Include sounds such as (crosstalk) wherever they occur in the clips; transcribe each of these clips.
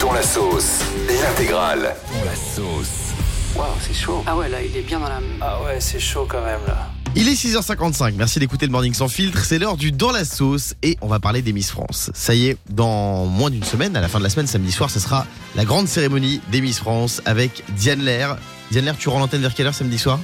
Dans la sauce, l'intégrale. Dans la sauce. Waouh, c'est chaud. Ah ouais, là, il est bien dans la. Ah ouais, c'est chaud quand même là. Il est 6h55, merci d'écouter le Morning Sans Filtre, c'est l'heure du Dans la Sauce et on va parler des Miss France. Ça y est, dans moins d'une semaine, à la fin de la semaine, samedi soir, ce sera la grande cérémonie des Miss France avec Diane Lair. Diane Lair, tu rends l'antenne vers quelle heure samedi soir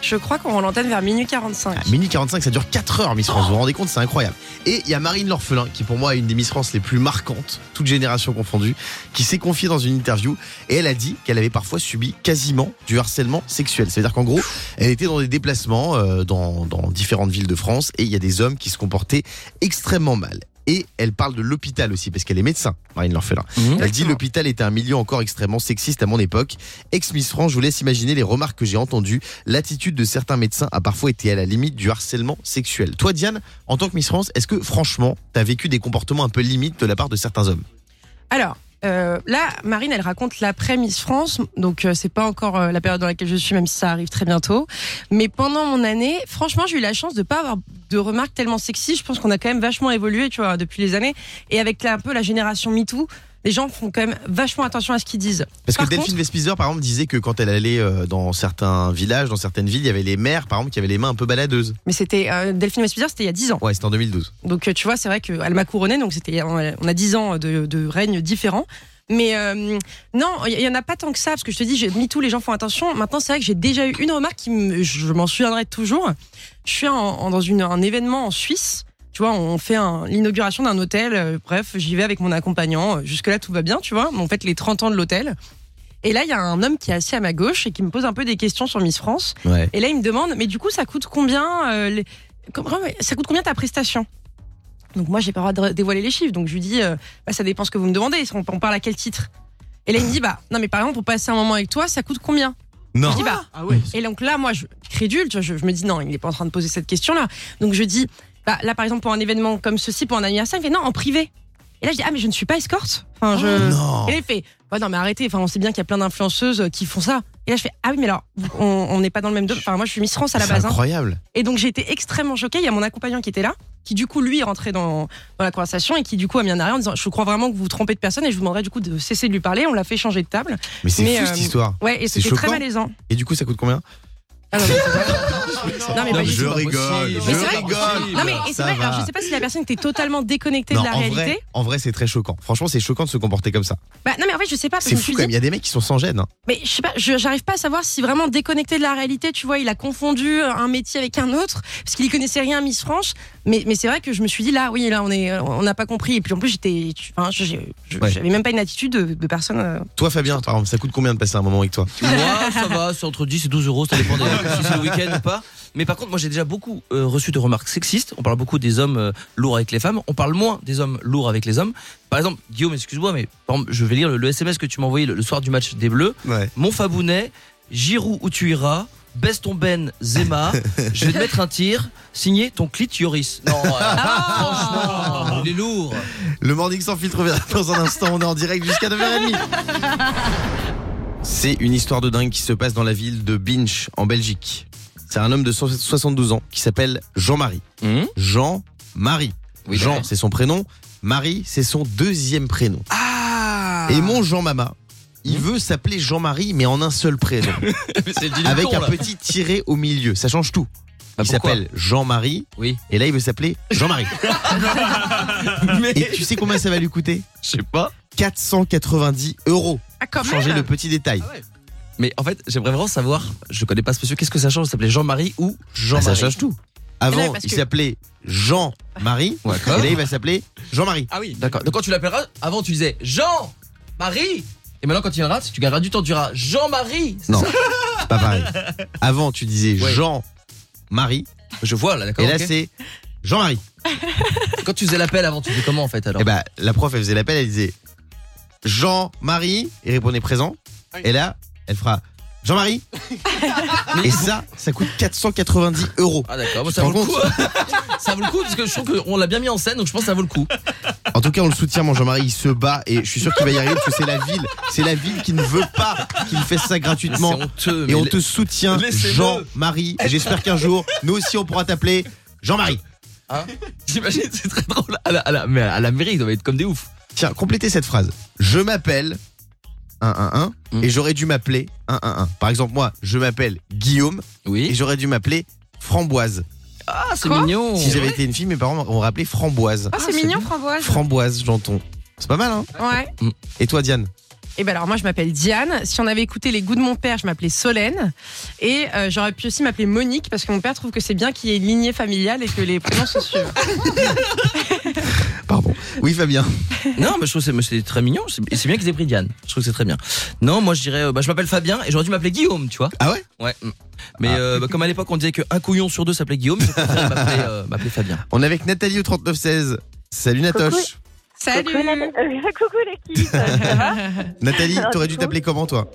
Je crois qu'on rend l'antenne vers minuit 45. À minuit 45, ça dure 4 heures Miss France, vous vous rendez compte, c'est incroyable. Et il y a Marine L'Orphelin, qui pour moi est une des Miss France les plus marquantes, toutes générations confondues, qui s'est confiée dans une interview et elle a dit qu'elle avait parfois subi quasiment du harcèlement sexuel. C'est-à-dire qu'en gros, elle était dans des déplacements euh, dans, dans différentes villes de France et il y a des hommes qui se comportaient extrêmement mal. Et elle parle de l'hôpital aussi, parce qu'elle est médecin, Marine L'Orphelin. Elle dit l'hôpital était un milieu encore extrêmement sexiste à mon époque. Ex-Miss France, je vous laisse imaginer les remarques que j'ai entendues. L'attitude de certains médecins a parfois été à la limite du harcèlement sexuel. Toi, Diane, en tant que Miss France, est-ce que franchement, t'as vécu des comportements un peu limites de la part de certains hommes Alors, euh, là, Marine, elle raconte l'après Miss France, donc euh, c'est pas encore euh, la période dans laquelle je suis, même si ça arrive très bientôt. Mais pendant mon année, franchement, j'ai eu la chance de pas avoir de remarques tellement sexy. Je pense qu'on a quand même vachement évolué, tu vois, depuis les années. Et avec là, un peu la génération MeToo, les gens font quand même vachement attention à ce qu'ils disent. Parce que Par Delphine Vespizer, par exemple, disait que quand elle allait euh, dans certains villages, dans certaines villes, il y avait les maires, par exemple, qui avaient les mains un peu baladeuses. Mais c'était euh, Delphine Vespizer, c'était il y a 10 ans. Ouais, c'était en 2012. Donc euh, tu vois, c'est vrai qu'elle m'a couronnée, donc c'était on a on a 10 ans de, de règne différents. Mais euh, non, il y en a pas tant que ça, parce que je te dis, j'ai mis tous les gens font attention. Maintenant, c'est vrai que j'ai déjà eu une remarque qui, me- je m'en souviendrai toujours. Je suis en- en- dans une, un événement en Suisse. Tu vois, on fait un- l'inauguration d'un hôtel. euh, bref, j'y vais avec mon accompagnant. Euh, Jusque-là, tout va bien, tu vois. On fait les 30 ans de l'hôtel. Et là, il y a un homme qui est assis à ma gauche et qui me pose un peu des questions sur Miss France. Ouais. Et là, il me demande, mais du coup, ça coûte combien euh, les- comment- Ça coûte combien ta prestation Donc moi, j'ai pas le droit de dévoiler les chiffres. Donc je lui dis, euh, bah, ça dépend ce que vous me demandez. On, on parle à quel titre Et là, il me dit, bah non, mais par exemple, pour passer un moment avec toi, ça coûte combien Non. Je dis, bah. Et donc là, moi, je crédule, tu vois, je, je me dis, non, il n'est pas en train de poser cette question-là. Donc je dis, bah là, par exemple, pour un événement comme ceci, pour un anniversaire, il me fait, non, en privé. Et là, je dis, ah, mais je ne suis pas escorte. Enfin, je... Ah Non. Et là, il fait bah non, mais arrêtez, enfin, on sait bien qu'il y a plein d'influenceuses euh, qui font ça. Et là, je fais Ah oui, mais alors, on on n'est pas dans le même domaine. Enfin, moi, je suis Miss France à la C'est base. hein. incroyable. Et donc, j'ai été extrêmement choquée. Il y a mon accompagnant qui était là, qui du coup, lui, est rentré dans, dans la conversation et qui du coup a mis un arrêt en disant Je crois vraiment que vous vous trompez de personne et je vous demanderai du coup de cesser de lui parler. On l'a fait changer de table. Mais c'est Mais, fou euh, cette histoire. Ouais, et C'est c'était très choquant. malaisant. Et du coup, ça coûte combien Ah, non, mais c'est vrai. (laughs) Non, mais pas du je tout. rigole. Mais je c'est vrai- rigole. Non, mais et c'est Ça vrai, va. alors, je sais pas si la personne était totalement déconnectée Non, de la en réalité. vrai, en vrai, c'est très choquant. Franchement, c'est choquant de se comporter comme ça. Bah, non, mais en fait, je sais pas. parce que C'est je me fou suis quand dit, même. Il y a des mecs qui sont sans gêne. hein. Mais je sais pas, je- j'arrive pas à savoir si vraiment déconnecté de la réalité, tu vois, il a confondu euh, un métier avec un autre, parce qu'il y connaissait rien à Miss France. Mais, mais c'est vrai que je me suis dit là, oui, là, on est, euh, on n'a pas compris. Et puis en plus, j'étais, tu- enfin, je- je- je- Ouais. j'avais même pas une attitude de, de personne. euh. Toi, Fabien, par exemple, ça coûte combien de passer un moment avec toi Moi, ça va, c'est entre 10 et 12 euros, ça dépend des, si c'est le week-end ou pas. Mais par contre, moi, j'ai déjà beaucoup euh, reçu de remarques sexistes. On parle beaucoup des hommes euh, lourds avec les femmes. On parle moins des hommes lourds avec les hommes. Par exemple, Guillaume, excuse-moi, mais par exemple, je vais lire le, le SMS que tu m'as envoyé le, le soir du match des Bleus. Ouais. Mon Fabounet, Giroud où tu iras. Baisse ton Ben Zema, je vais te mettre un tir, signé ton clit Yoris. Non, euh, Ah. franchement, il est lourd. Le Morning sans filtre revient (laughs) dans un instant. On est en direct jusqu'à 9h30. C'est une histoire de dingue qui se passe dans la ville de Binche, en Belgique. C'est un homme de 72 ans qui s'appelle Jean-Marie. Jean-Marie. Oui, Hmm Jean, (laughs) bah ouais. c'est son prénom. Marie, c'est son deuxième prénom. Ah Et mon Jean-Mama, Hmm. il veut s'appeler Jean-Marie, mais en un seul (laughs) prénom. avec un petit tiré au milieu. Ça change tout. Bah, il pourquoi s'appelle Jean-Marie. Oui. Et là, il veut s'appeler Jean-Marie. Et tu sais combien ça va lui coûter Je sais pas. 490 euros. Ah, quand même. Changer le petit détail. Ah Mais en fait, j'aimerais vraiment savoir, je connais pas ce monsieur, qu'est-ce que ça change Il s'appelait Jean-Marie ou Ah, Bah, ça Jean-Marie change tout. Mais Avant, non, Eh ben, parce il que- s'appelait Jean-Marie. D'accord. Et là, il va s'appeler Jean-Marie. Ah oui, d'accord. Donc quand tu l'appelleras, avant tu disais Jean-Marie Et maintenant quand tu viendras, tu gagneras du temps, tu diras Jean-Marie Non, c'est pas pareil. Avant, tu disais Ouais. Jean-Marie. Je vois là, d'accord. Et là, ok. c'est Jean-Marie. Quand tu faisais l'appel avant, tu faisais comment en fait alors Et bah, la prof, elle faisait l'appel, elle disait Jean-Marie. Et répondait présent. Et là, elle fera (laughs) Jean-Marie. Et ça, ça coûte 490 euros. Ah d'accord, bon, Tu ça te vaut le rends coup. (laughs) ça vaut le coup parce que je trouve qu'on l'a bien mis en scène, donc je pense que ça vaut le coup. En tout cas, on le soutient, mon Jean-Marie. Il se bat et je suis sûr qu'il va y arriver parce que c'est la ville. C'est la ville qui ne veut pas qu'il fasse ça C'est gratuitement. honteux. mais Et on (laughs) le- te soutient, Laissez-le. Jean-Marie. Et J'espère qu'un jour, nous aussi, on pourra t'appeler Jean-Marie. J'imagine, c'est très drôle. À la, à la- mais à la mairie, ils doivent être comme des oufs. Tiens, complétez cette phrase. Je m'appelle 111 Mm. et j'aurais dû m'appeler 111. Par exemple, moi, je m'appelle Guillaume et Oui. j'aurais dû m'appeler Framboise. Ah, c'est Quoi mignon. Si j'avais été une fille, mes parents m'auraient appelé Framboise. Ah, c'est c'est mignon, framboise. Framboise, j'entends. C'est pas mal, hein Ouais. Et toi, Diane Et ben alors moi je m'appelle Diane. Si on avait écouté les goûts de mon père, je m'appelais Solène. Et euh, j'aurais pu aussi m'appeler Monique parce que mon père trouve que c'est bien qu'il y ait une lignée familiale et que les prénoms se suivent. Pardon. Oui, Fabien. Non, mais je trouve que c'est- mais c'est très mignon. C'est et c'est bien qu'ils aient pris Diane. Je trouve que c'est très bien. Non, moi je dirais, euh, bah, je m'appelle Fabien et j'aurais dû m'appeler Guillaume, tu vois. Ah ouais Ouais. mm. Mais Ah. euh, bah, comme à l'époque on disait qu'un couillon sur deux s'appelait Guillaume, je (laughs) préférais m'appeler euh, m'appeler Fabien. On est avec Nathalie au 3916. Salut Natoche. (laughs) Salut. Coucou, Nat- euh, (laughs) coucou (laughs) l'équipe, ça va Nathalie, (laughs) Alors, t'aurais du dû coup t'appeler comment toi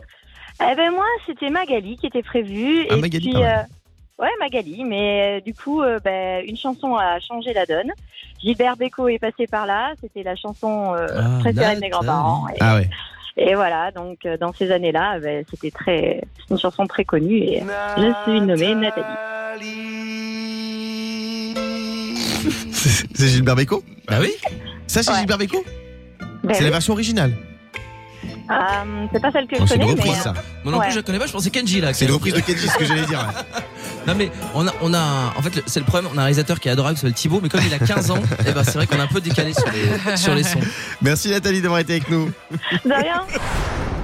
Eh ben moi, c'était Magali qui était prévue. Ah, et Magali, puis, pas mal. euh, ouais, Magali, mais euh, du coup, euh, ben, une chanson a changé la donne. Gilbert Bécaud est passé par là, c'était la chanson euh, Ah, préférée de Nathalie. mes grands-parents. Et, Ah ouais. et voilà, donc euh, dans ces années-là, ben, c'était très, c'est une chanson très connue. Et, Je suis nommée Nathalie. C'est c'est Gilbert Bécaud Bah oui. Ça, c'est Ouais. Gilbert Bécaud ben, C'est la version originale. euh, c'est pas celle que Oh, je c'est une connais, reprise, mais, euh, ça. Moi non plus Ouais. je la connais pas, je pensais Kenji là. C'est une reprise de Kenji, ce que j'allais dire. ouais. Non mais on a, on a en fait le- c'est le problème, on a un réalisateur qui est adorable, qui s'appelle Thibaut, mais comme il a 15 ans, (laughs) eh ben, c'est vrai qu'on a un peu décalé sur les, sur les sons. Merci Nathalie d'avoir été avec nous. euh, de rien.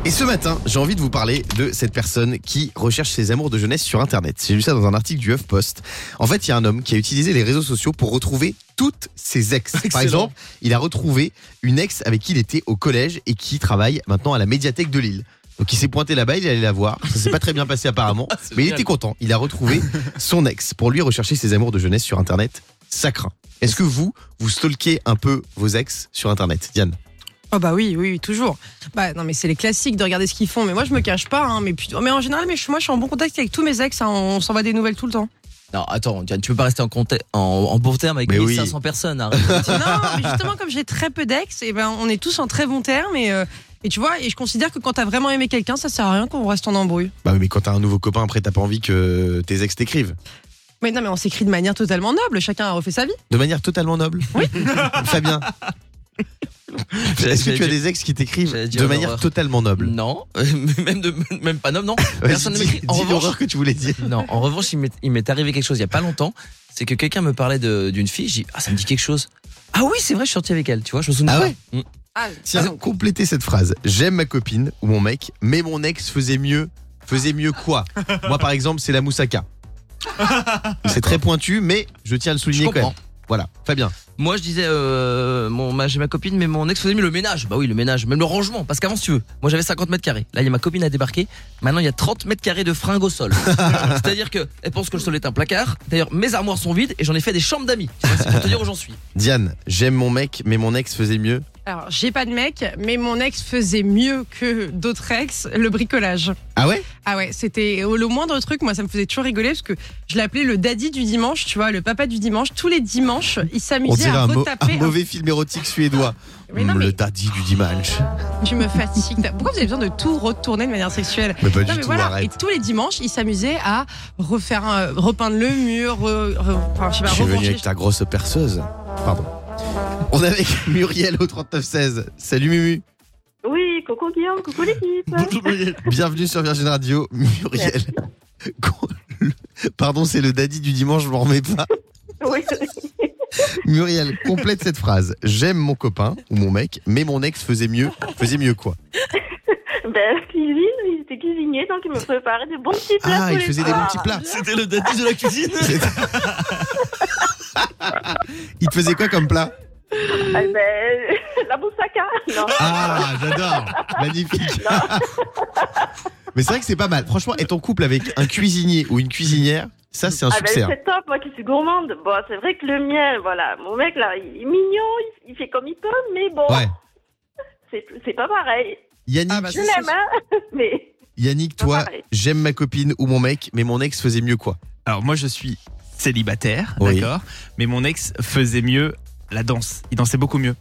Et ce matin, j'ai envie de vous parler de cette personne qui recherche ses amours de jeunesse sur Internet. J'ai lu ça dans un article du HuffPost. En fait, il y a un homme qui a utilisé les réseaux sociaux pour retrouver toutes ses ex. Par Excellent. exemple, il a retrouvé une ex avec qui il était au collège et qui travaille maintenant à la médiathèque de Lille. Donc il s'est pointé là-bas, il est allé la voir. Ça s'est pas très bien passé apparemment, (laughs) Ah, c'est mais il génial. était content. Il a retrouvé son ex. Pour lui, rechercher ses amours de jeunesse sur Internet, ça craint. Est-ce que vous, vous stalkez un peu vos ex sur Internet, Diane Oh bah oui, oui, oui, toujours. Bah non mais c'est les classiques de regarder ce qu'ils font. Mais moi je me cache pas. hein, mais putain- mais en général, mais je- moi je suis en bon contact avec tous mes ex. hein, on s'en va des nouvelles tout le temps. Non, attends, Diane, tu peux pas rester en, contact, en, en bon terme avec Mais oui. 1500 personnes. hein. arrête. non, mais justement comme j'ai très peu d'ex, et ben on est tous en très bon terme. Et, euh, et tu vois, et je considère que quand t'as vraiment aimé quelqu'un, ça sert à rien qu'on reste en embrouille. Bah oui, mais quand t'as un nouveau copain, après t'as pas envie que tes ex t'écrivent. Mais non, mais on s'écrit de manière totalement noble. Chacun a refait sa vie. De manière totalement noble. Oui. (laughs) Fabien, est-ce que J'allais tu as dire- des ex qui t'écrivent j'allais de dire manière l'horreur. totalement noble Non, (laughs) même, de, même pas, non, (laughs) non. Personne ne Vas-y, m'écrit. dis- En dis revanche, l'horreur que tu voulais dire. (laughs) Non, en revanche, il m'est- il m'est arrivé quelque chose il y a pas longtemps. C'est que quelqu'un me parlait de- d'une fille. J'ai dit, ah, ça me dit quelque chose. Ah oui, c'est vrai, je suis sorti avec elle. Tu vois, je me souviens. Ah pas. ouais Mm. Tiens, complétez cette phrase. J'aime ma copine ou mon mec, mais mon ex faisait mieux. Faisait mieux quoi Moi, par exemple, c'est la moussaka. C'est très pointu, mais je tiens à le Je souligner quand comprends. même. Voilà, Fabien. Moi, je disais, euh, mon, ma, j'ai ma copine, mais mon ex faisait mieux le ménage. Bah oui, le ménage, même le rangement. Parce qu'avant, si tu veux, moi j'avais 50 mètres carrés. Là, il y a ma copine à débarquer. Maintenant, il y a 30 mètres carrés de fringues au (laughs) sol. C'est-à-dire que elle pense que le sol est un placard. D'ailleurs, mes armoires sont vides et j'en ai fait des chambres d'amis. Tu vois, C'est pour te dire où j'en suis. Diane, j'aime mon mec, mais mon ex faisait mieux. Alors, j'ai pas de mec, mais mon ex faisait mieux que d'autres ex le bricolage. Ah ouais Ah ouais, c'était le moindre truc, moi ça me faisait toujours rigoler parce que je l'appelais le daddy du dimanche, tu vois, le papa du dimanche. Tous les dimanches, il On s'amusait dirait à un, mo- un retaper. hein. mauvais film érotique suédois. Mais non, Hum, Le mais daddy du dimanche. tu me fatigues. Pourquoi vous avez besoin de tout retourner de manière sexuelle Mais pas Non, du mais tout, voilà. arrête. Et tous les dimanches, il s'amusait à refaire, un- repeindre le mur, re- re- enfin, je sais pas, Je suis venu rebrancher. avec ta grosse perceuse. Pardon. On est avec (laughs) Muriel au 3916. Salut Mumu. Oui, coucou Guillaume, coucou (laughs) l'équipe. Muriel. Bienvenue sur Virgin Radio. Muriel. Pardon, c'est le daddy du dimanche, je m'en remets pas. Oui. (laughs) Muriel, complète cette phrase. J'aime mon copain ou mon mec, mais mon ex faisait mieux. Faisait mieux quoi Ben, la cuisine, il était cuisinier, donc il me préparait des bons petits plats. Ah, tous il les faisait des bons soirs. petits plats. (laughs) C'était le daddy de la cuisine. Il te faisait quoi comme plat Ah, ben, (laughs) la moussaka. Non. Ah, j'adore. (laughs) Magnifique. Mais c'est vrai que c'est pas mal. Franchement, être en couple avec un cuisinier ou une cuisinière, ça c'est un Ah, ben, succès. hein. c'est top, moi qui suis gourmande. Bon, c'est vrai que le miel, voilà. Mon mec, là, il est mignon, il, il fait comme il peut, mais bon, Ouais. c'est c'est pas pareil. Yannick, Ah, bah, Je Ça, l'aime, hein, (laughs) mais Yannick, Pas toi, pareil. j'aime ma copine ou mon mec, mais mon ex faisait mieux quoi Alors moi je suis célibataire, Oui. d'accord, mais mon ex faisait mieux la danse. Il dansait beaucoup mieux.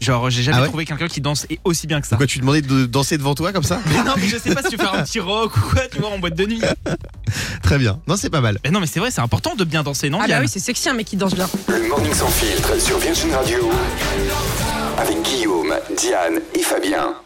Genre j'ai jamais Ah ouais trouvé quelqu'un qui danse et aussi bien que Ah. ça. Pourquoi tu lui demandais de danser devant toi comme (laughs) ça Mais non mais je sais pas si tu fais un petit rock ou quoi, tu vois, en boîte de nuit. Très bien. Non, c'est pas mal. Mais non mais c'est vrai, c'est important de bien danser, non Ah bah Diane oui, c'est sexy un mec qui danse bien. Le morning sans filtre sur Virgin Radio. avec Guillaume, Diane et Fabien.